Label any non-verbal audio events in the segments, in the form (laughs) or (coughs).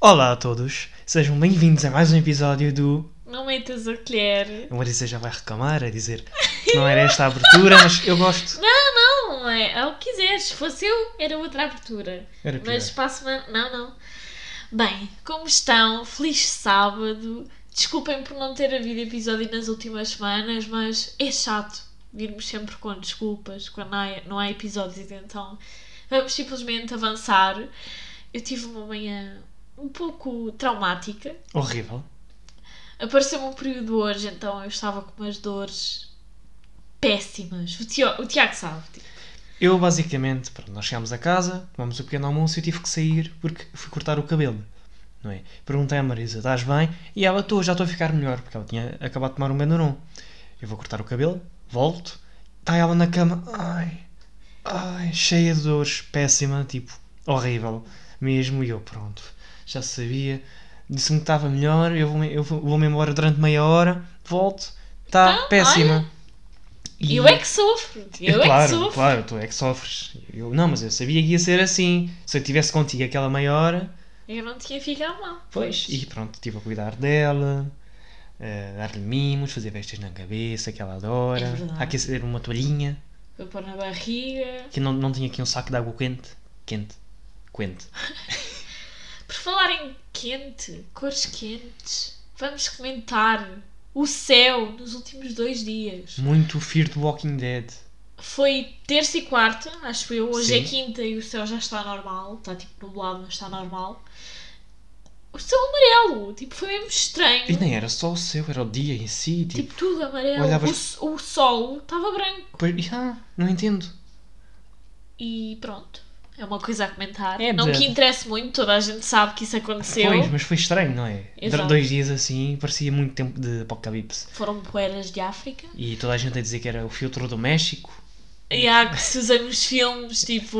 Olá a todos, sejam bem-vindos a mais um episódio do. Não metas o colher. A Marisa já vai reclamar, a dizer que não era esta a abertura, mas eu gosto. Não, é, é o que quiseres. Se fosse eu, era outra abertura. Era pior. Mas para a semana. Não, não. Bem, como estão? Feliz sábado. Desculpem por não ter havido episódio nas últimas semanas, mas é chato virmos sempre com desculpas quando não há, não há episódios. Então vamos simplesmente avançar. Eu tive uma manhã um pouco traumática. Horrível. Apareceu-me um período hoje, então eu estava com umas dores péssimas. O, Tio- o Tiago sabe. tipo, Eu, basicamente, pronto, nós chegámos a casa, tomamos o pequeno almoço e eu tive que sair porque fui cortar o cabelo. Não é? Perguntei à Marisa, estás bem? E ela, estou, já estou a ficar melhor, porque ela tinha acabado de tomar um Benuron. Eu vou cortar o cabelo, volto, está ela na cama, ai, ai, cheia de dores, péssima, tipo, horrível, mesmo. E eu, pronto, já sabia, disse-me que estava melhor, eu vou-me eu vou- vou-me embora durante meia hora, volto, está Então, péssima. olha, Eu é que sofro. É Eu é, claro, que sofro. claro, tu é que sofres. Eu, não, mas eu sabia que ia ser assim. Se eu tivesse contigo aquela meia hora, Eu não tinha ficado mal. pois. E pronto, estive a cuidar dela, a dar-lhe mimos, fazer vestes na cabeça, que ela adora, É verdade. aquecer uma toalhinha, Vou pôr na barriga. que não, não tinha aqui um saco de água quente. Quente. Quente. Por falar em quente, cores quentes, vamos comentar o céu nos últimos dois dias. Muito Fear the Walking Dead. Foi terça e quarta, acho eu. Hoje é Sim. quinta e o céu já está normal. Está tipo nublado, mas está normal. O céu amarelo, tipo, foi mesmo estranho. E nem era só o seu, era o dia em si. Tipo, Tipo, tudo amarelo. Olhavas- O s- O, sol estava branco. pois- ah, não entendo. E pronto. É uma coisa a comentar. É não verdade. que interesse muito, toda a gente sabe que isso aconteceu. Pois, mas foi estranho, não é? Exato. Dois dias assim, parecia muito tempo de apocalipse. Foram poeiras de África. E toda a gente a dizer que era o filtro do México. É. E há que se usa nos filmes, tipo.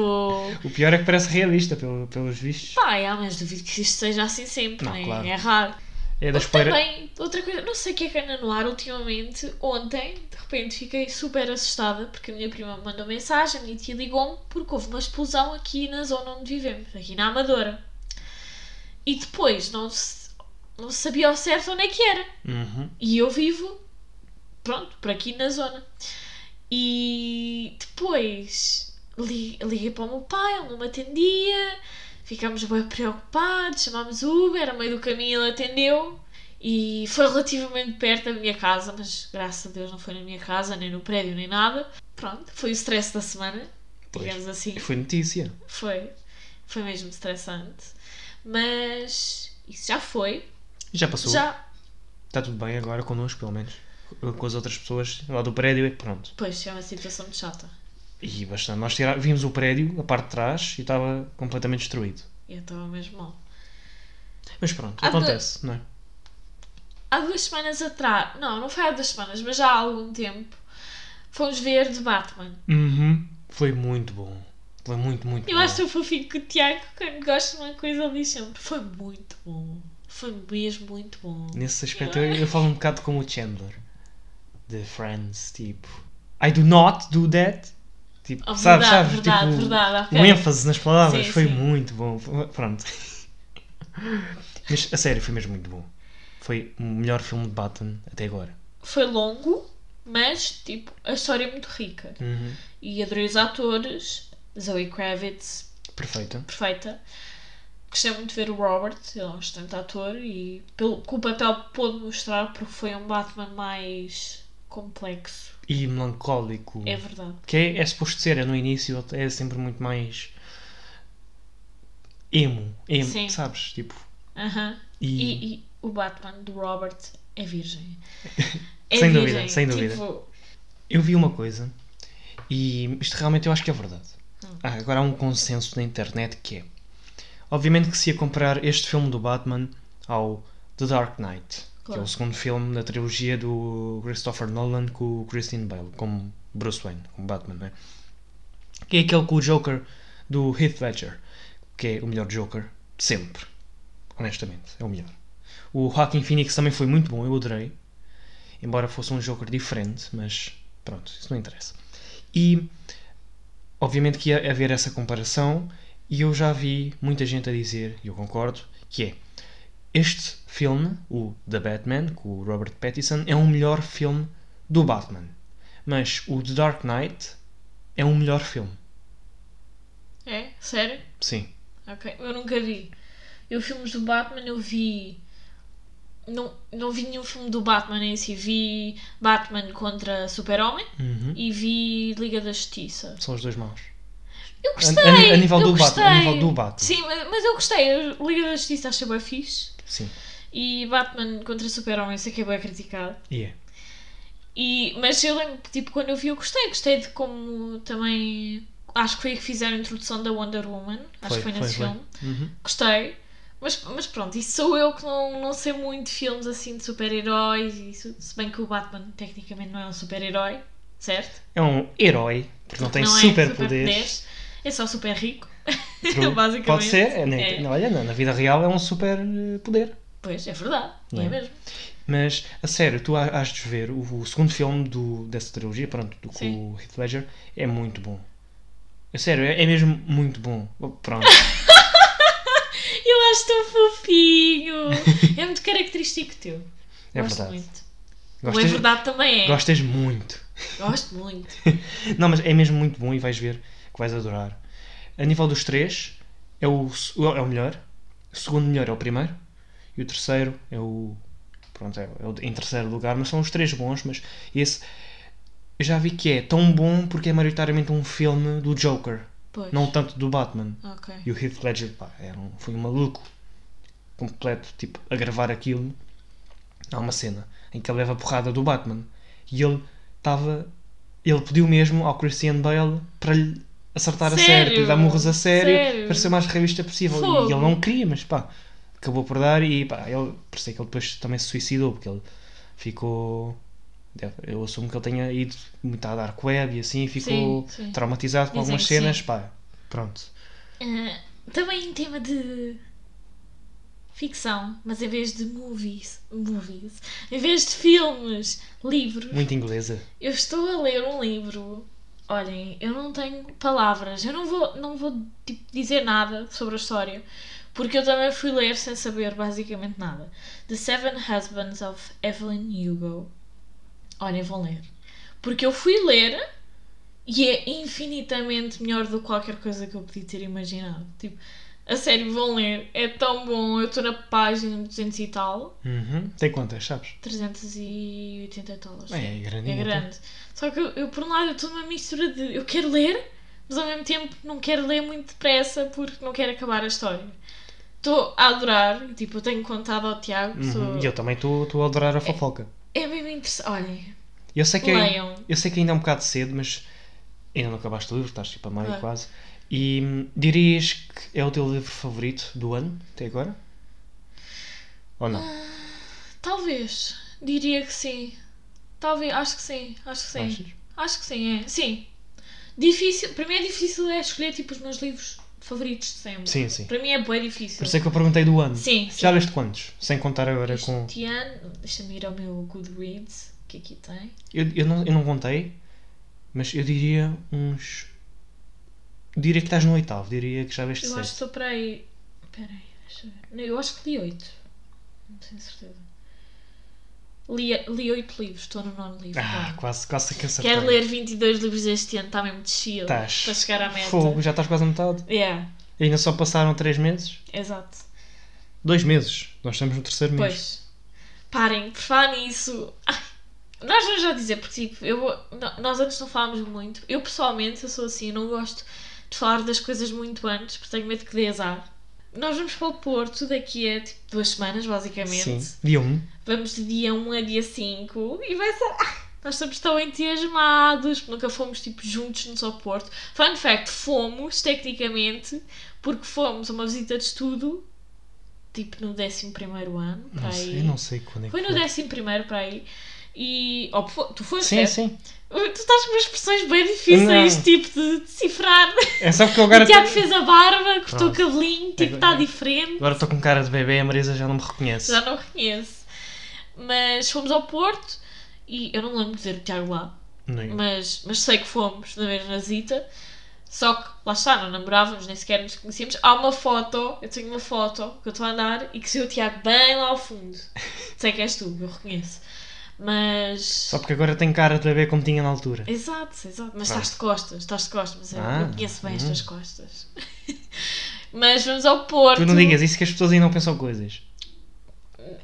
O pior é que parece realista, pelo- pelos vistos. Pá, é, mas duvido que isto seja assim sempre, Não, né? claro. é raro. É das Mas poeiras. também, outra coisa, não sei o que é que anda no ar ultimamente. Ontem, de repente, fiquei super assustada porque a minha prima me mandou mensagem e tia ligou-me porque houve uma explosão aqui na zona onde vivemos, aqui na Amadora. E depois não, se, não sabia ao certo onde é que era. Uhum. E eu vivo, pronto, por aqui na zona. E depois li- liguei para o meu pai, ele não me atendia, ficámos bem preocupados, chamámos o Uber, a meio do caminho ele atendeu e foi relativamente perto da minha casa, mas graças a Deus não foi na minha casa, nem no prédio, nem nada. Pronto, foi o stress da semana, Pois. digamos assim. Foi notícia. Foi, foi mesmo estressante, mas isso já foi. E Já passou. Já, Está tudo bem agora connosco, pelo menos. Com as outras pessoas lá do prédio e pronto. pois, é uma situação muito chata. E bastante. Nós tira... vimos o prédio, a parte de trás, e estava completamente destruído. Eu estava mesmo mal. Mas pronto, Ah, acontece, não é? Há duas semanas atrás, não, não foi há duas semanas, mas já há algum tempo, fomos ver de Batman. Uhum. Foi muito bom. Foi muito, muito Eu bom. acho tão fofinho que o Tiago, quando gosta de uma coisa, ele diz sempre: Foi muito bom. Foi mesmo muito bom. Nesse aspecto eu, eu falo um bocado como o Chandler. De Friends, tipo. I do not do that. Tipo, Oh, sabes, verdade, sabes? verdade, tipo, verdade. há O pena. ênfase nas palavras Sim, foi sim. muito bom. Pronto. (laughs) Mas a sério, foi mesmo muito bom. Foi o melhor filme de Batman até agora. Foi longo, mas tipo, a história é muito rica. E adorei os atores, Zoe Kravitz, Perfeito. perfeita. Gostei muito de ver o Robert, ele é um excelente ator e pelo que o papel pôde mostrar porque foi um Batman mais complexo. E melancólico. É verdade. Que é, é suposto ser, é no início é sempre muito mais. emo. Emo, Sim. sabes? Tipo. Aham. E, E, e o Batman do Robert é (laughs) virgem. É Sem dúvida, sem dúvida. Tipo, eu vi uma coisa e isto realmente eu acho que é verdade. Hum. Ah, agora há um consenso na internet que é. Obviamente que se ia comparar este filme do Batman ao The Dark Knight, que é Claro. o segundo filme da trilogia do Christopher Nolan com o Christian Bale, como Bruce Wayne, como Batman, né? Que é aquele com o Joker do Heath Ledger, que é o melhor Joker de sempre. Honestamente, é o melhor. O Joaquin Phoenix também foi muito bom, eu adorei. Embora fosse um Joker diferente, mas pronto, isso não interessa. E obviamente que ia haver essa comparação e eu já vi muita gente a dizer, e eu concordo, que é este filme, o The Batman, com o Robert Pattinson, é o melhor filme do Batman. Mas o The Dark Knight é o melhor filme. É? Sério? Sim. Ok. Eu nunca vi. Eu filmes do Batman eu vi. Não, não vi nenhum filme do Batman em si. Vi Batman contra Super-Homem Uhum. e vi Liga da Justiça. São os dois maus. Eu A- gostei! a- a nível eu do Batman, a gostei. nível do Batman. Sim, mas, mas eu gostei. A Liga da Justiça achei bem fixe. Sim. E Batman contra Super-Homem sei que é bem criticado. E é. E, mas eu lembro que, tipo, quando eu vi, eu gostei. Gostei de como também. Acho que foi aí que fizeram a introdução da Wonder Woman. Acho que foi nesse filme. Uhum. Gostei. Mas, mas pronto, isso sou eu que não, não sei muito de filmes assim de super-heróis. e isso. Se bem que o Batman tecnicamente não é um super-herói, certo? É um herói, porque não tem Não é superpoderes. É só super rico. (laughs) True. Basicamente. Pode ser, é, nem- É. olha, na, na vida real é um super eh, poder. Pois, é verdade. Não é é? mesmo. Mas, a sério, tu ha- has de ver o, o segundo filme do, dessa trilogia, pronto, do, Sim. com o Heath Ledger, é muito bom. A sério, é, é mesmo muito bom. Oh, (laughs) Pronto. é Eu acho tão (laughs) fofinho. é muito característico teu. É Gosto verdade. muito. Ou é Gostas, verdade também é. gostas muito. Gosto muito. Não, mas é mesmo muito bom e vais ver que vais adorar. A nível dos três, é o, se- é o melhor. O segundo melhor é o primeiro. E o terceiro é o. Pronto, é, é o de- em terceiro lugar. Mas são os três bons. Mas esse. Eu já vi que é tão bom porque é maioritariamente um filme do Joker. Pois. Não tanto do Batman. Ok. E o Heath Ledger, pá, era um, foi um maluco completo, tipo, a gravar aquilo. Há uma cena em que ele leva a porrada do Batman e ele estava. Ele pediu mesmo ao Christian Bale para lhe acertar a sério, Sério? para lhe dar murros a sério, Sério? para ser o mais realista possível. Fogo. E ele não queria, mas pá, acabou por dar e pá, ele, por isso é que ele depois também se suicidou, porque ele ficou. deve- Eu assumo que ele tenha ido muito à dark web e assim, e ficou Sim, sim. traumatizado com Dizem algumas que sim. cenas, pá, pronto. Ah, também em tema de ficção, mas em vez de movies, movies, em vez de filmes, livros, Muito inglesa. eu estou a ler um livro. Olhem, eu não tenho palavras, eu não vou, não vou tipo, dizer nada sobre a história, porque eu também fui ler sem saber basicamente nada. The Seven Husbands of Evelyn Hugo. Olhem, vão ler. Porque eu fui ler e é infinitamente melhor do que qualquer coisa que eu podia ter imaginado. Tipo, a sério, vão ler, é tão bom. Eu estou na página 200 e tal, Uhum. Tem quantas, sabes? 380 dólares. É, grande. É grande. Só que eu, eu, por um lado, eu estou numa mistura de eu quero ler, mas ao mesmo tempo não quero ler muito depressa porque não quero acabar a história. Estou a adorar, e, tipo, eu tenho contado ao Tiago. sou- Uhum. E eu também estou a adorar a fofoca. É mesmo interessante. Olhem, Eu sei, que leiam. eu sei que ainda é um bocado cedo, mas ainda não acabaste o livro, estás tipo a meio Claro. quase. E hum, dirias que é o teu livro favorito do ano, até agora? Ou não? Ah, Talvez. Diria que sim. Talvez, acho que sim. Acho que sim. Achas? Acho que sim, é. Sim. Difícil, para mim é difícil é escolher tipo os meus livros favoritos de sempre. Sim, sim. Para mim é bem difícil. Por isso é que eu perguntei do ano. Sim, sim. Já leste quantos? Sem contar agora com. Este ano, deixa-me ir ao meu Goodreads, que aqui tem. Eu, eu, não, eu não contei, mas eu diria uns. Diria que estás no oitavo, diria que já leste Eu acho que sete. estou para aí. Espera aí, deixa eu ver. Não, Eu acho que li oito. Não tenho certeza. Li, li oito livros, estou no nono livro. Ah, vá. quase, quase que acertei. Quero ler 22 livros este ano, está mesmo de chill. Estás. Para chegar à meta. Fogo, já estás quase a metade. Yeah, E Ainda só passaram 3 meses? exato. dois meses. Nós estamos no terceiro mês. Pois. Parem, por falar nisso. Ai, nós vamos já dizer, porque tipo, eu vou- no- nós antes não falámos muito. Eu pessoalmente, eu sou assim, não gosto de falar das coisas muito antes, porque tenho medo que dê azar. Nós vamos para o Porto daqui a tipo, duas semanas, basicamente. Sim. Dia 1. Vamos de dia 1 a dia 5 e vai ser. Ah, Nós estamos tão entusiasmados, porque nunca fomos tipo juntos no só Porto. Fun fact, fomos tecnicamente, porque fomos a uma visita de estudo, tipo no 11 ano. para Não Tá aí. sei, não sei quando é que Foi no 11 para aí. E. Oh, fo- tu foste? Sim, certo? sim. Tu estás com umas expressões bem difíceis, Não. tipo, de decifrar. É só porque eu O agora Tiago fez a barba, cortou o Pronto. É cabelinho, tipo, está Agora- diferente. agora estou com cara de bebê e a Marisa já não me reconhece. (laughs) Já não reconheço. Mas fomos ao Porto e eu não me lembro de ver o Tiago lá, Não. é? mas, mas sei que fomos na mesma visita. Só que, lá está, não namorávamos, nem sequer nos conhecíamos. Há uma foto, eu tenho uma foto que eu estou a andar e que se o Tiago bem lá ao fundo. Sei que és tu, eu reconheço. Mas. Só porque agora tenho cara de ver como tinha na altura. Exato, exato. Mas Pronto. estás de costas, estás de costas, mas eu- Ah, eu conheço bem as hum. tuas costas. (laughs) mas vamos ao Porto. Tu não digas isso que as pessoas ainda não pensam coisas.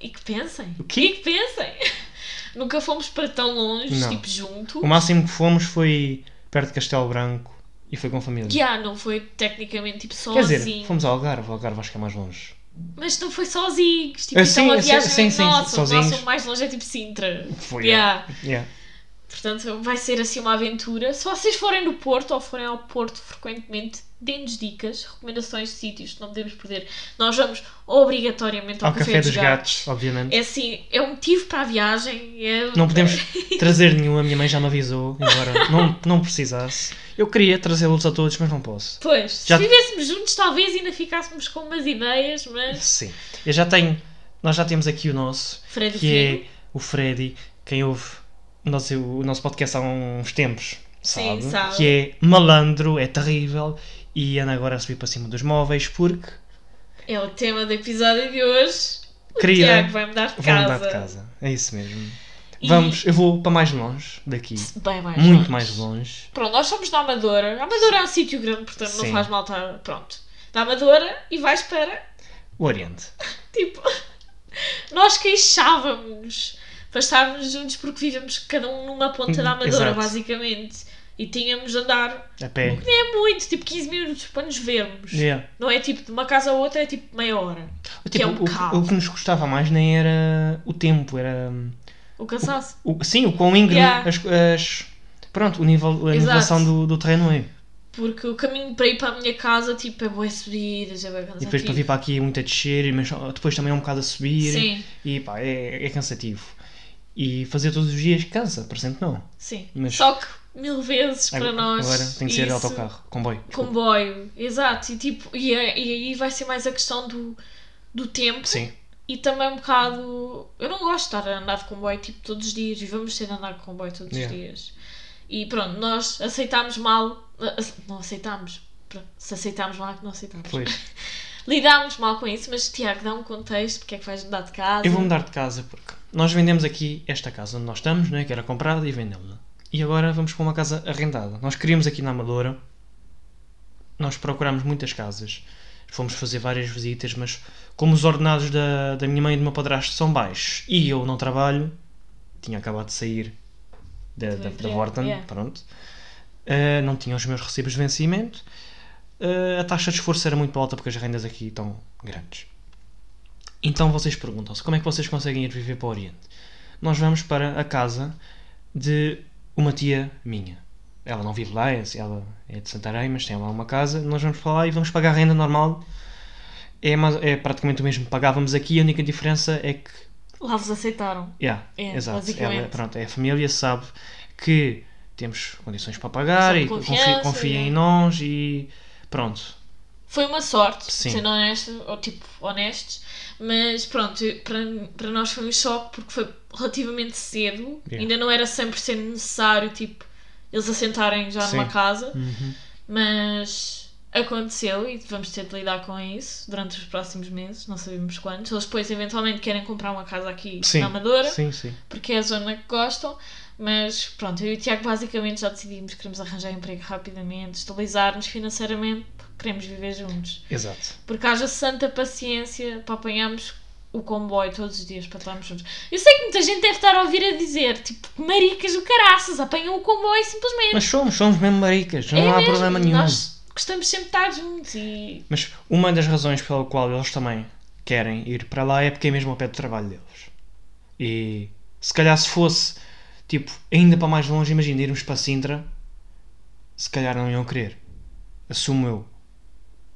E que pensem. O quê? E que pensem. (laughs) Nunca fomos para tão longe, Não. tipo junto. O máximo que fomos foi perto de Castelo Branco e foi com a família. Que ah, não foi tecnicamente tipo Quer sozinho. dizer, fomos ao Algarve, o Algarve acho que é mais longe. Mas não foi sozinhos. Tipo, Ah, então sim, a sim, viagem sim, é sim, nossa. O sozinhos. nosso mais longe é tipo Sintra. Foi, é. Yeah. Yeah. Portanto, vai ser assim uma aventura. Se vocês forem do Porto ou forem ao Porto frequentemente, deem-nos dicas, recomendações de sítios que não podemos perder. Nós vamos obrigatoriamente ao, Ao Café dos Gatos, obviamente. É assim, é um motivo para a viagem. é- Não podemos trazer nenhum, a minha mãe já me avisou, embora não, não precisasse. Eu queria trazê-los a todos, mas não posso. Pois, Já- se vivêssemos juntos, talvez ainda ficássemos com umas ideias, mas. Sim. Eu já tenho. Nós já temos aqui o nosso, Fred que Figo. é o Freddy, quem ouve o nosso, o nosso podcast há uns tempos, Sim, sabe? sabe. Que é malandro, é terrível e anda agora a subir para cima dos móveis porque É o tema do episódio de hoje. Tiago querida vai mudar de vou casa. mudar é. de casa. É isso mesmo. E- Vamos, eu vou para mais longe daqui. Bem mais muito longe. mais longe. Pronto, nós somos da Amadora. A Amadora é um sítio grande, portanto Sim. não faz mal estar. Pronto. Da Amadora e vais para. O Oriente. Tipo. (laughs) Nós queixávamos para estarmos juntos porque vivemos cada um numa ponta da Amadora, Hum, Exato. basicamente. E tínhamos de andar. A pé. É muito, tipo 15 minutos para nos vermos. Yeah. Não é tipo de uma casa a outra, é tipo meia hora. Que Tipo, é um o, caos. o que nos custava mais nem era o tempo, era. hum, O cansaço. O, sim, o quão íngreme. Yeah. As, as- pronto, o nível, a Exato. nivelação do, do terreno é. Porque o caminho para ir para a minha casa, tipo, é boas subidas, é bem cansativo. E depois para vir para aqui é muito a descer, mas depois também é um bocado a subir. Sim, E pá, é, é cansativo. E fazer todos os dias cansa, por exemplo, não. sim. Mas- Só que mil vezes para Agora- nós. Agora tem que ser isso- autocarro, comboio. desculpa. Comboio, exato. E, tipo, e, é- e aí vai ser mais a questão do, do tempo Sim, e também um bocado. Eu não gosto de estar a andar de comboio tipo todos os dias e vamos ter de andar de comboio todos Yeah. os dias. E pronto, nós aceitámos mal. ace- Não aceitámos. Pronto, Se aceitámos mal, é que não aceitámos. pois. Lidámos mal com isso, mas Tiago, dá um contexto porque é que vais mudar de casa. Eu vou mudar de casa porque nós vendemos aqui esta casa onde nós estamos, né, que era comprada e vendemos-la. E agora vamos para uma casa arrendada. Nós queríamos aqui na Amadora, nós procurámos muitas casas, fomos fazer várias visitas, mas como os ordenados da, da minha mãe e do meu padrasto são baixos e eu não trabalho, tinha acabado de sair da, Do da, da emprego, Vorten, yeah. pronto, Ah, não tinha os meus recibos de vencimento, ah, a taxa de esforço era muito alta porque as rendas aqui estão grandes. Então vocês perguntam-se como é que vocês conseguem ir viver para o Oriente? Nós vamos para a casa de uma tia minha. Ela não vive lá, é- ela é de Santarém, mas tem lá uma casa. Nós vamos para lá e vamos pagar a renda normal. É, mais- é praticamente o mesmo que pagávamos aqui, a única diferença é que. Lá vos aceitaram. Yeah, É, exato. basicamente. Ela, pronto, é a família, sabe que temos condições para pagar Sabe e confia, confiança, confia é. em nós e pronto. Foi uma sorte, Sim. sendo honesto, ou tipo, honestos, mas pronto, para, para nós foi um choque porque foi relativamente cedo, Yeah. ainda não era 100% necessário, tipo, eles assentarem já Sim. numa casa, Uhum. mas aconteceu e vamos ter de lidar com isso durante os próximos meses, não sabemos quantos. Eles depois eventualmente querem comprar uma casa aqui Sim. na Amadora, Sim, sim. porque é a zona que gostam, mas pronto, eu e o Tiago basicamente já decidimos, queremos arranjar emprego rapidamente, estabilizar-nos financeiramente, porque queremos viver juntos. Exato. Porque haja santa paciência para apanharmos o comboio todos os dias para estarmos juntos. Eu sei que muita gente deve estar a ouvir a dizer, tipo, que maricas do caraças, apanham o comboio simplesmente. Mas somos, somos mesmo maricas, não É há mesmo, problema nenhum. Nós gostamos sempre de estar juntos e. Mas uma das razões pela qual eles também querem ir para lá é porque é mesmo ao pé do trabalho deles. E se calhar se fosse, tipo, ainda para mais longe, imagina irmos para Sintra, se calhar não iam querer. Assumo eu.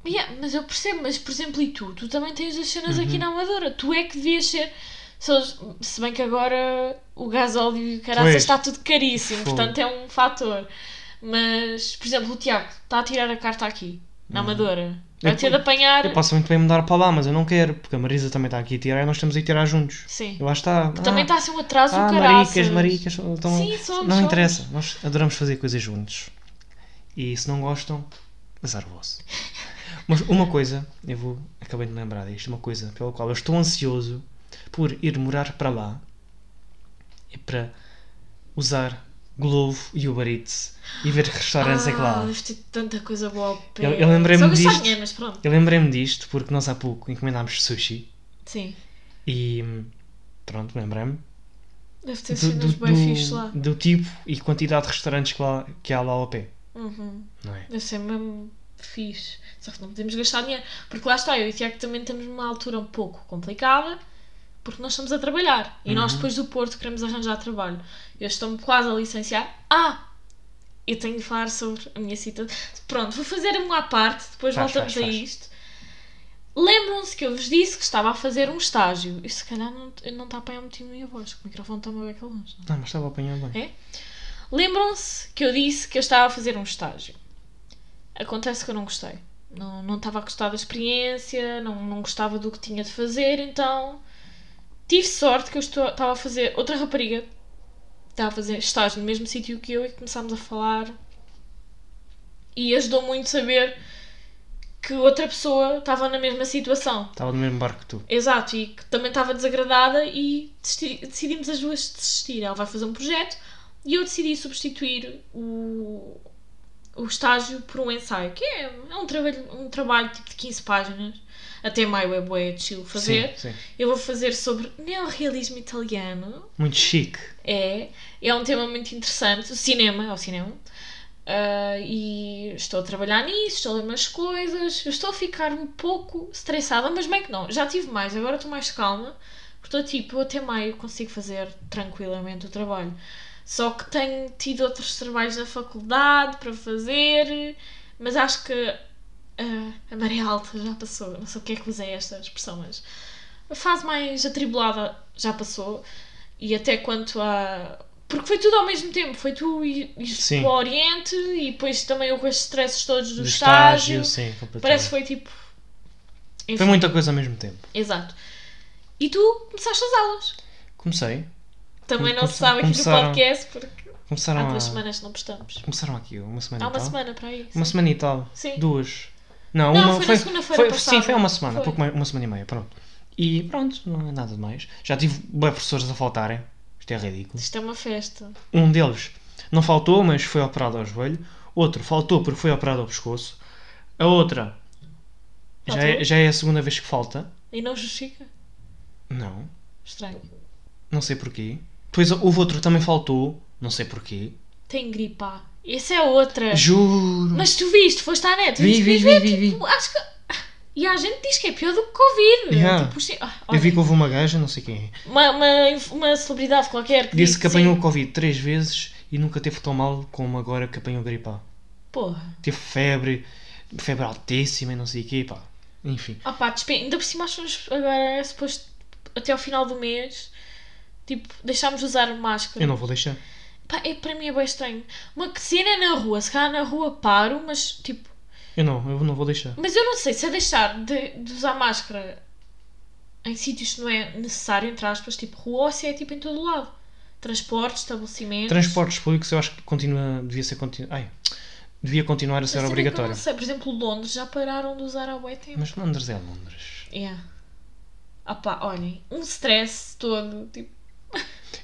Yeah, mas eu percebo, mas por exemplo, e tu? Tu também tens as cenas aqui Uhum. na Amadora. Tu é que devias ser. se eles- Se bem que agora o gás óleo e o caraças Pois. está tudo caríssimo, Fogo. portanto é um fator. Mas, por exemplo, o Tiago está a tirar a carta aqui, na Amadora. Vai Uhum. Eu- ter de apanhar. Eu posso muito bem mudar para lá, mas eu não quero, porque a Marisa também está aqui a tirar e nós estamos a ir tirar juntos. Sim. E lá está. Ah, Também está a ser um atraso ah, do caraças. maricas, maricas. Então, Sim, somos, não somos. interessa, nós adoramos fazer coisas juntos. E se não gostam, azar o vosso. Mas uma coisa, eu vou, acabei de me lembrar disto, uma coisa pela qual eu estou ansioso por ir morar para lá é para usar Glovo e Uber Eats e ver que restaurantes é que lá. há. Ah, deve ter tanta coisa boa ao pé. Eu- eu lembrei-me Só gastar disto. dinheiro, mas pronto. Eu lembrei-me disto porque nós há pouco encomendámos sushi Sim. e hum, pronto, lembrei-me Deve ter do, cenas do, bem fixe lá. do, do tipo e quantidade de restaurantes que, lá, que há lá ao pé, Uhum. não é? Deve ser mesmo fixe. Só que não podemos gastar dinheiro. Porque lá está, eu e o Tiago também estamos numa altura um pouco complicada. Porque nós estamos a trabalhar. E nós Uhum. depois do Porto queremos arranjar trabalho. Eu estou-me quase a licenciar. Ah! Eu tenho de falar sobre a minha cita. Pronto, vou fazer uma à parte. Depois Faz, voltamos faz, a faz. isto. Lembram-se que eu vos disse que estava a fazer um estágio. E se calhar não, não está a apanhar muito a minha voz. que O microfone está uma beca longe. Não, mas estava a apanhar bem. É. Lembram-se que eu disse que eu estava a fazer um estágio. Acontece que eu não gostei. Não, não estava a gostar da experiência, não, não gostava do que tinha de fazer, então tive sorte que eu estou- estava a fazer. Outra rapariga estava a fazer estágio no mesmo sítio que eu e começámos a falar. E ajudou muito saber que outra pessoa estava na mesma situação. Estava no mesmo barco que tu. Exato, e que também estava desagradada e desisti- decidimos as duas desistir. Ela vai fazer um projeto e eu decidi substituir o, o estágio por um ensaio, que é, é um, trabalho, um trabalho tipo de 15 páginas, até maio é bué chill fazer. Sim, sim. Eu vou fazer sobre neorrealismo italiano, Muito chique. é, é um tema muito interessante, o cinema, é o cinema. Ah, e estou a trabalhar nisso, estou a ler umas coisas, eu estou a ficar um pouco estressada, mas bem que não, já tive mais, agora estou mais calma, porque estou tipo, eu até maio consigo fazer tranquilamente o trabalho. Só que tenho tido outros trabalhos na faculdade para fazer, mas acho que ah, a maré alta já passou, não sei o que é que usei esta expressão, mas a fase mais atribulada já passou e até quanto a. Porque foi tudo ao mesmo tempo, foi tu e Sim. para o Oriente e depois também eu com estes stresses todos do, Do estágio. sim, completamente. Parece que foi tipo. Enfim, Foi muita coisa ao mesmo tempo. Exato. E tu começaste as aulas. Comecei. Também não se Começa- sabe aqui no começaram- podcast porque há Começaram duas a... semanas não postamos. Começaram aqui uma semana Há e uma tal. semana para aí. Uma sim. semana e tal. Sim. Duas. Não, Não, uma foi na segunda-feira foi- passada. Sim, foi há uma semana, Foi. pouco mais, uma semana e meia, pronto. E pronto, não é nada demais. Já tive bem professores a faltarem. Isto é ridículo. Isto é uma festa. Um deles não faltou, mas foi operado ao joelho. Outro faltou porque foi operado ao pescoço. A outra já é, Faltou? já é a segunda vez que falta. E não justifica? Não, Estranho. não sei porquê. Depois houve outro que também faltou, não sei porquê. Tem gripe A. Essa é outra. Juro. Mas tu viste, foste à net, Vi, viste, vi, viste, vi, vi, viste, vi. tipo, acho que. E há gente que diz que é pior do que Covid. Yeah. Tipo, isto é- ah, Eu vi olha, que houve uma gaja, não sei quem é, uma, uma, uma celebridade qualquer que Disse que apanhou sim. Covid três vezes e nunca teve tão mal como agora que apanhou gripe A. assim, Porra. Teve febre, febre altíssima e não sei o quê, pá. Enfim. Ah pá, despe- ainda por cima acho que nós agora é suposto até ao final do mês. Tipo, deixámos de usar máscara. Eu não vou deixar. Pá, é, para mim é bem estranho. Uma cena é na rua, se calhar na rua paro, mas tipo. Eu não, eu não vou deixar. Mas eu não sei se é deixar de, de usar máscara em sítios que não é necessário, entre aspas, tipo rua, ou se é tipo em todo lado. Transportes, estabelecimentos. Transportes públicos eu acho que continua, devia ser continu, ai, devia continuar a A ser cena é que eu obrigatório. Não sei, por exemplo, Londres já pararam de usar a bué tempo. Mas Londres é Londres. Yeah. Ah pá, olhem, um stress todo, tipo,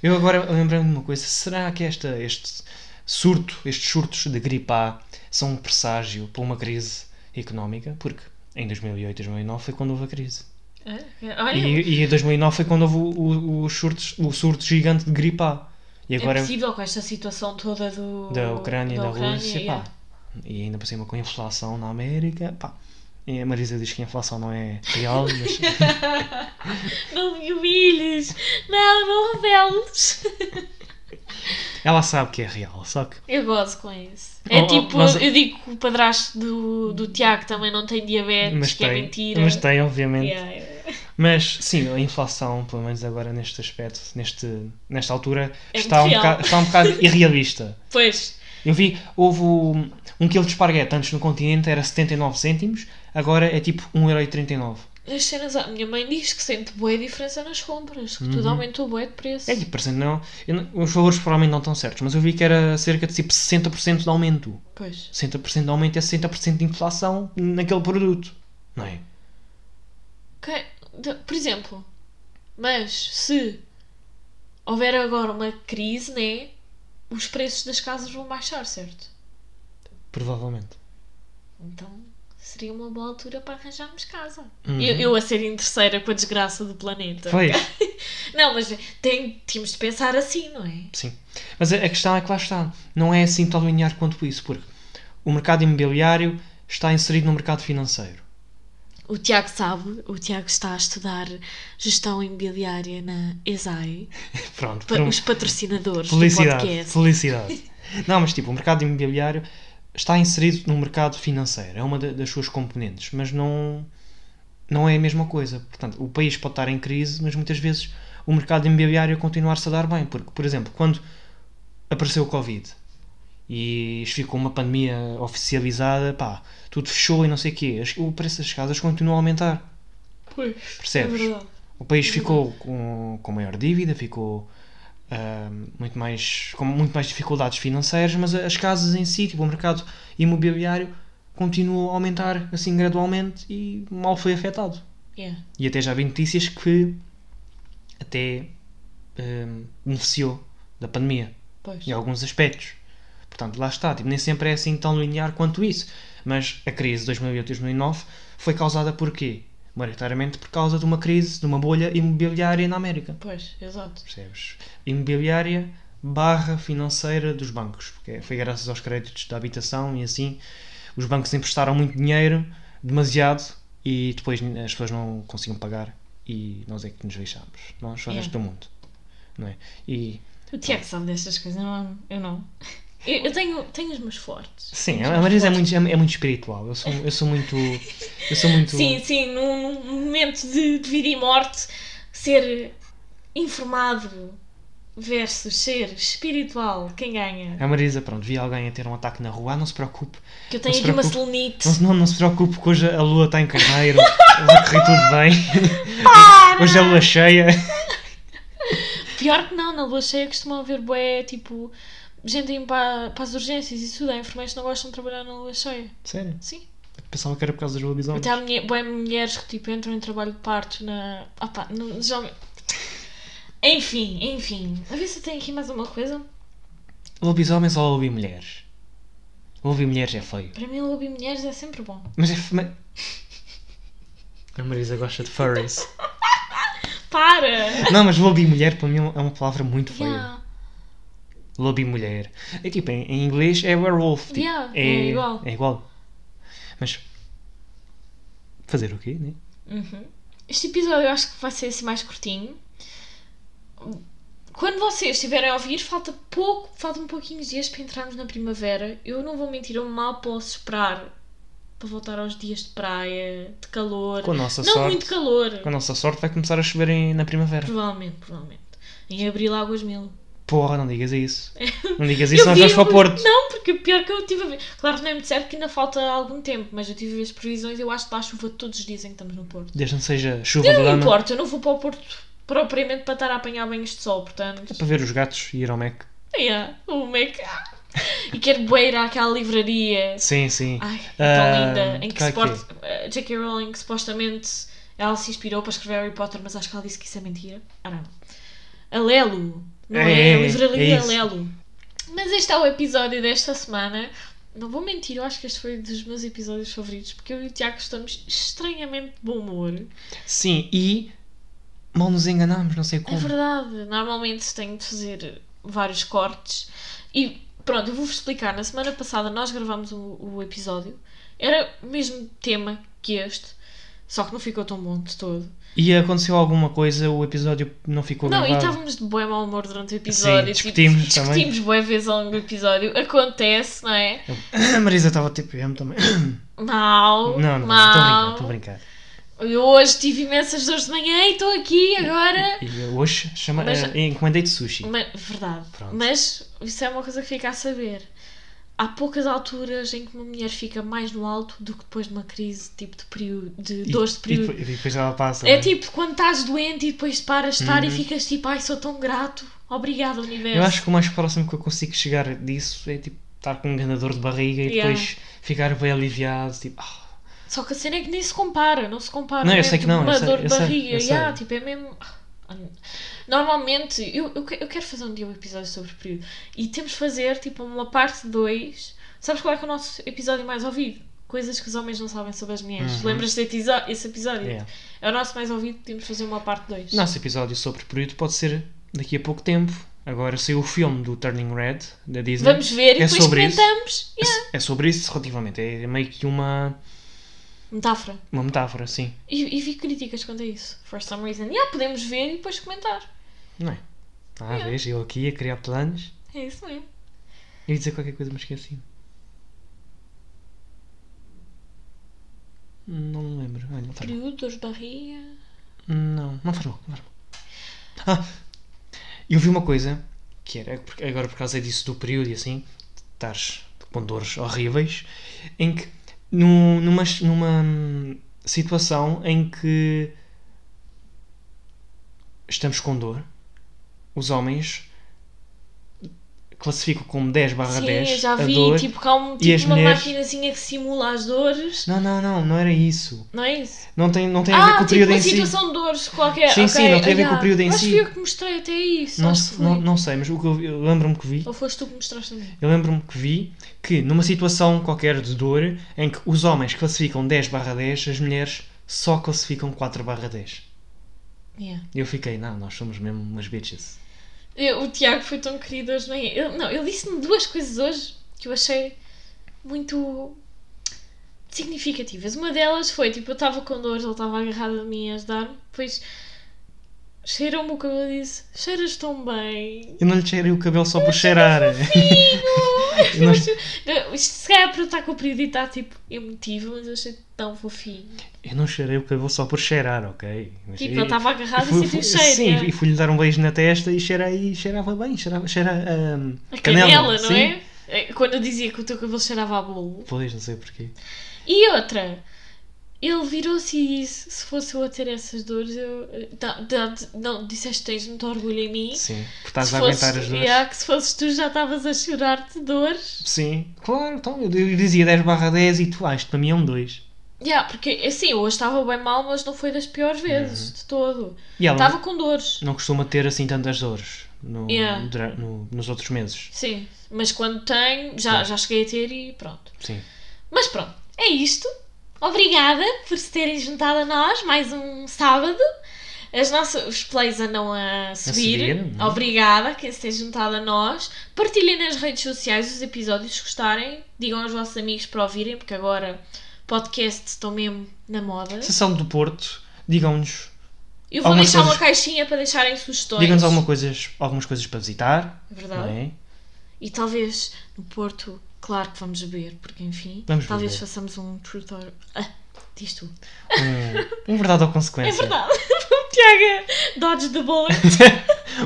Eu agora lembrei-me de uma coisa. Será que esta, este surto, estes surtos de gripe A são um presságio para uma crise económica? Porque em 2008, 2009 foi quando houve a crise. ah, olhem, E, e em 2009 foi quando houve o, o, o, surtos- o surto gigante de gripe A. E é agora possível com esta situação toda do... da Ucrânia e da, Ucrânia, é. Rússia, yeah. pá. E ainda por cima com a inflação na América, pá. E a Marisa diz que a inflação não é real, mas Não me humilhes, não, não reveles. ela sabe que é real, só que Eu gozo com isso. É Oh, oh, tipo, mas- eu digo que o padrasto do, do Tiago também não tem diabetes, mas que tem, é mentira. mas tem obviamente. Yeah, yeah. Mas sim, a inflação, pelo menos agora neste aspecto, neste, nesta altura, É está, um muito real. bocado, está um (laughs) bocado irrealista. Pois, Eu vi, houve um, um quilo de esparguete antes no continente era 79 cêntimos, agora é tipo 1,39€. As cenas, a minha mãe diz que sente boa diferença nas compras, que tudo Uhum. aumentou boa de preço. É que parecendo não, eu não- Os valores provavelmente não estão certos, mas eu vi que era cerca de tipo 60% de aumento. Pois. 60% de aumento é 60% de inflação naquele produto. Não é? Que- de- Por exemplo, mas se houver agora uma crise, né? Os preços das casas vão baixar, certo? Provavelmente. Então seria uma boa altura para arranjarmos casa. Uhum. Eu, eu a ser em terceira com a desgraça do planeta. Foi. Não, mas tem, temos de pensar assim, não é? Sim. Mas a a questão é que lá está. Não é assim tão linear quanto isso, porque o mercado imobiliário está inserido no mercado financeiro. (laughs) O Tiago sabe, o Tiago está a estudar gestão imobiliária na ESAI, Pronto. um para pronto. os patrocinadores do Felicidade. é um podcast. (laughs) Felicidade. Não, mas tipo, o mercado imobiliário está inserido no mercado financeiro. É uma da- das suas componentes, mas não, não é a mesma coisa. Portanto, o país pode estar em crise, mas muitas vezes o mercado imobiliário continuar-se a dar bem. Porque, por exemplo, quando apareceu o Covid e isto ficou uma pandemia oficializada, pá, tudo fechou e não sei o quê, as- o preço das casas continua a aumentar. Pois, é Percebes? verdade. O país ficou com, com maior dívida, ficou ah, muito mais, com muito mais dificuldades financeiras, mas as casas em si, tipo, o mercado imobiliário, continuou a aumentar assim gradualmente e mal foi afetado. Yeah. E até já vi notícias que até ah, beneficiou da pandemia Pois. em alguns aspectos. Portanto, lá está, tipo, nem sempre é assim tão linear quanto isso. Mas a crise de 2008 e 2009 foi causada por quê? Maioritariamente por causa de uma crise, de uma bolha imobiliária na América. Pois, exato. Percebes? Imobiliária barra financeira dos bancos, porque foi graças aos créditos da habitação e assim os bancos emprestaram muito dinheiro, demasiado, e depois as pessoas não conseguiam pagar e nós é que nos deixámos. Nós, o É. resto do mundo. Não é? E O Tiago sabe destas coisas, não, eu não. Eu, eu tenho, tenho os meus fortes. Sim, Tenho os a meus Marisa é fortes. muito, é, é muito espiritual. Eu sou, eu sou muito. Eu sou muito. Sim, sim, num, num momento de, de vida e morte, ser informado versus ser espiritual, quem ganha? A Marisa, pronto, vi alguém a ter um ataque na rua. Ah, não se preocupe. Que eu tenho se aqui uma preocupe. selenite. Não, se- não, não se preocupe que hoje a lua está em carneiro. (laughs) Vai correr tudo bem. Para! Hoje é lua cheia. (laughs) Pior que não, na lua cheia costumam haver bué, tipo, gente indo para, para as urgências e tudo. Há enfermeiros que não gostam de trabalhar na lua cheia. Sério? Sim. Pensava que era por causa dos lobisomens. Até há mulher, bué mulheres que, tipo, entram em trabalho de parto na... Ah pá, no, já... Enfim, enfim. A ver se eu tenho aqui mais uma coisa. Lobisomens ou lobby mulheres? Lobby mulheres é feio. Para mim, lobby mulheres é sempre bom. Mas é. fe- mas- A Marisa gosta de furries. Para! Não, mas lobby mulher para mim é uma- é uma palavra muito feia. Yeah, Lobby mulher. É tipo, em, em inglês é werewolf. Tipo, Yeah, é igual. É igual. Mas. Fazer o quê, né? Uhum. Este episódio eu acho que vai ser assim mais curtinho. Quando vocês estiverem a ouvir, falta pouco, faltam pouquinhos dias para entrarmos na primavera. Eu não vou mentir, eu mal posso esperar para voltar aos dias de praia, de calor. Com a nossa não sorte. muito Hum. calor. Com a nossa sorte vai começar a chover em- na primavera. Provavelmente, provavelmente. Em abril, águas mil. Porra, não digas isso. Não (laughs) digas isso, nós vamos para É. digo- o Porto. Não, porque o pior que eu tive a ver. Claro que não é muito certo que ainda falta algum tempo, mas eu tive a ver as previsões. Eu acho que dá chuva todos os dias em que estamos no Porto. Desde que não seja chuva Eu de não me lama. importo, eu não vou para o Porto propriamente para estar a apanhar banhos de sol, portanto. Para ver os gatos e ir ao Mac. Yeah, o Mac. E quero bué ir àquela livraria. Sim, sim. Ai, Ah, tão linda. Em que qual é que é? suposto- eh, J.K. Rowling que supostamente ela se inspirou para escrever Harry Potter, mas acho que ela disse que isso é mentira. Ah, não. A Lelo. Não é? É, a livraria é isso. Lelo. Mas este é o episódio desta semana. Não vou mentir, eu acho que este foi um dos meus episódios favoritos, porque eu e o Tiago estamos estranhamente de bom humor. Sim, e. Mal nos enganamos, não sei É como. verdade. Normalmente tenho de fazer vários cortes. E pronto, eu vou-vos explicar. Na semana passada nós gravámos o, o episódio. Era o mesmo tema que este. Só que não ficou tão bom de todo. E aconteceu alguma coisa, o episódio não ficou não, e gravado. estávamos de bom mau humor durante o episódio. Sim, tipo, discutimos também. discutimos boa vez ao longo do episódio. Acontece, não é? (coughs) A Marisa estava tipo, eu também. Mal. Não, não, mal. estou a brincar, estou a brincar. Eu hoje tive imensas dores de manhã e estou aqui agora. E eu hoje chama, Mas- eh, encomendei-te sushi. Ma- verdade. Pronto. Mas isso é uma coisa que fica a saber. há poucas alturas em que uma mulher fica mais no alto do que depois de uma crise, tipo de período, de E- dores de e, período. depois- e depois ela passa. É né? tipo quando estás doente e depois paras de estar e Uhum. ficas tipo, ai, sou tão grato, obrigado, universo. Eu acho que o mais próximo que eu consigo chegar disso é tipo estar com um ganador de barriga e Yeah. depois ficar bem aliviado, tipo, ah, Só que a cena é que nem se compara, não se compara. Não, eu é sei que tipo não, eu Uma sei, dor de eu sei, barriga, eu sei. yeah, tipo, é mesmo. Normalmente, eu, eu, que- eu quero fazer um dia um episódio sobre período e temos de fazer tipo uma parte 2. Sabes qual é que é o nosso episódio mais ouvido? Coisas que os homens não sabem sobre as mulheres. Uhum. Lembras-te desse episódio? yeah. É o nosso mais ouvido, temos de fazer uma parte 2. Nosso episódio sobre período pode ser daqui a pouco tempo. Agora saiu o filme do Turning Red da Disney. Vamos ver e É depois sobre isso. comentamos. Yeah. É sobre isso relativamente. É meio que uma, Metáfora. uma metáfora, sim. E, e vi críticas quanto a isso. For some reason. Yeah, podemos ver e depois comentar. Não é? Ah, Yeah. vês? Eu aqui a criar planos. É isso mesmo. Eu ia dizer qualquer coisa, mas esqueci. Não me lembro. Olha, não faz mal. Período, dores de barriga. Não, não faz mal. Não faz mal. Ah, eu vi uma coisa que era porque- agora por causa disso do período e assim, estás com dores horríveis, em que num- numa, numa hum, situação em que estamos com dor, os homens classificam como 10 barra Sim, 10 eu já a vi, dor. tipo, que há um, e as tipo, uma mulheres- maquinazinha que simula as dores, Não, não, não, não era isso. não é isso? Não tem, não tem a ver Ah, com o tipo, período uma em si. situação de dores qualquer. Sim, ok, sim, não tem a ver com o período em Mas si. fui eu que mostrei até isso, Não, acho que se- fui. não, não sei, mas o que eu, vi- eu lembro-me que vi Ou foste tu que mostraste a mim? Eu lembro-me que vi que numa situação qualquer de dor em que os homens classificam 10 barra 10, as mulheres só classificam 4 barra 10. Yeah. E Eu fiquei, não, nós somos mesmo umas bitches. Eu- o Tiago foi tão querido hoje de manhã. Ele, não, ele disse-me duas coisas hoje que eu achei muito significativas. Uma delas foi, tipo, eu estava com dores, ele estava agarrado a mim a ajudar-me, depois cheirou-me o cabelo e disse, cheiras tão bem. Eu não lhe cheirei o cabelo só por cheirar. (laughs) fofinho! Eu não- Não, Isto se calhar para eu estar com o período e está tipo emotivo, mas eu achei tão fofinho. Eu não cheirei o cabelo só por cheirar, ok? Mas Tipo, eu- ele estava agarrado fui- e né? sentiu o fui- cheiro. Sim, yeah. e fui-lhe dar um beijo na testa e cheirei, e cheirava bem, cheirava, cheira hum, é. a canela, não sim. é? é? Quando eu dizia que o teu cabelo cheirava a bolo. Pois, não sei porquê. E outra, ele virou-se e disse: se fosse eu a ter essas dores, eu. eh, dá- dá- não, disseste que tens muito orgulho em mim. Sim, porque estás Se a fosse- aguentar as dores. yeah, que se fosses tu já estavas a chorar de dores. Sim, claro, então eu eu dizia 10 barra 10 e tu, ah, isto para mim é um 2. Yeah, porque assim, hoje estava bem mal, mas não foi das piores vezes de todo. E Uhum. ela Estava com dores. não costuma ter assim tantas dores no- Yeah. dura- no- nos outros meses. Sim, mas quando tenho, já, já cheguei a ter e pronto. Sim. Mas pronto, é isto. Obrigada por se terem juntado a nós mais um sábado. As nossas, os plays andam a subir. subir, não é? Obrigada a quem se tem juntado a nós. Partilhem nas redes sociais os episódios se gostarem. Digam aos vossos amigos para ouvirem, porque agora podcasts estão mesmo na moda. Sessão do Porto, digam-nos Eu vou Algumas deixar uma coisas- caixinha para deixarem sugestões. digam alguma coisas, algumas coisas para visitar, É não Verdade. é? E talvez no Porto, claro que vamos beber, porque enfim, Vamos talvez beber. façamos um truth or... Ah, diz tu. Um, um verdade ou (laughs) É consequência. verdade. O Tiago é dodge the bullet.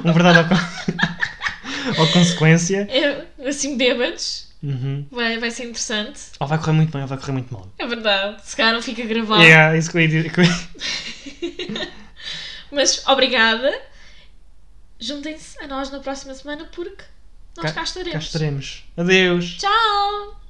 Um verdade ou, con- (laughs) ou consequência. É, assim, bêbados. Uhum. Vai, vai ser interessante. Ou vai correr muito bem ou vai correr muito mal. É verdade. Se calhar não fica gravado. É, isso que eu ia dizer. que eu- Mas obrigada. Juntem-se a nós na próxima semana porque nós Cá- cá estaremos. Cá estaremos. Adeus. Tchau!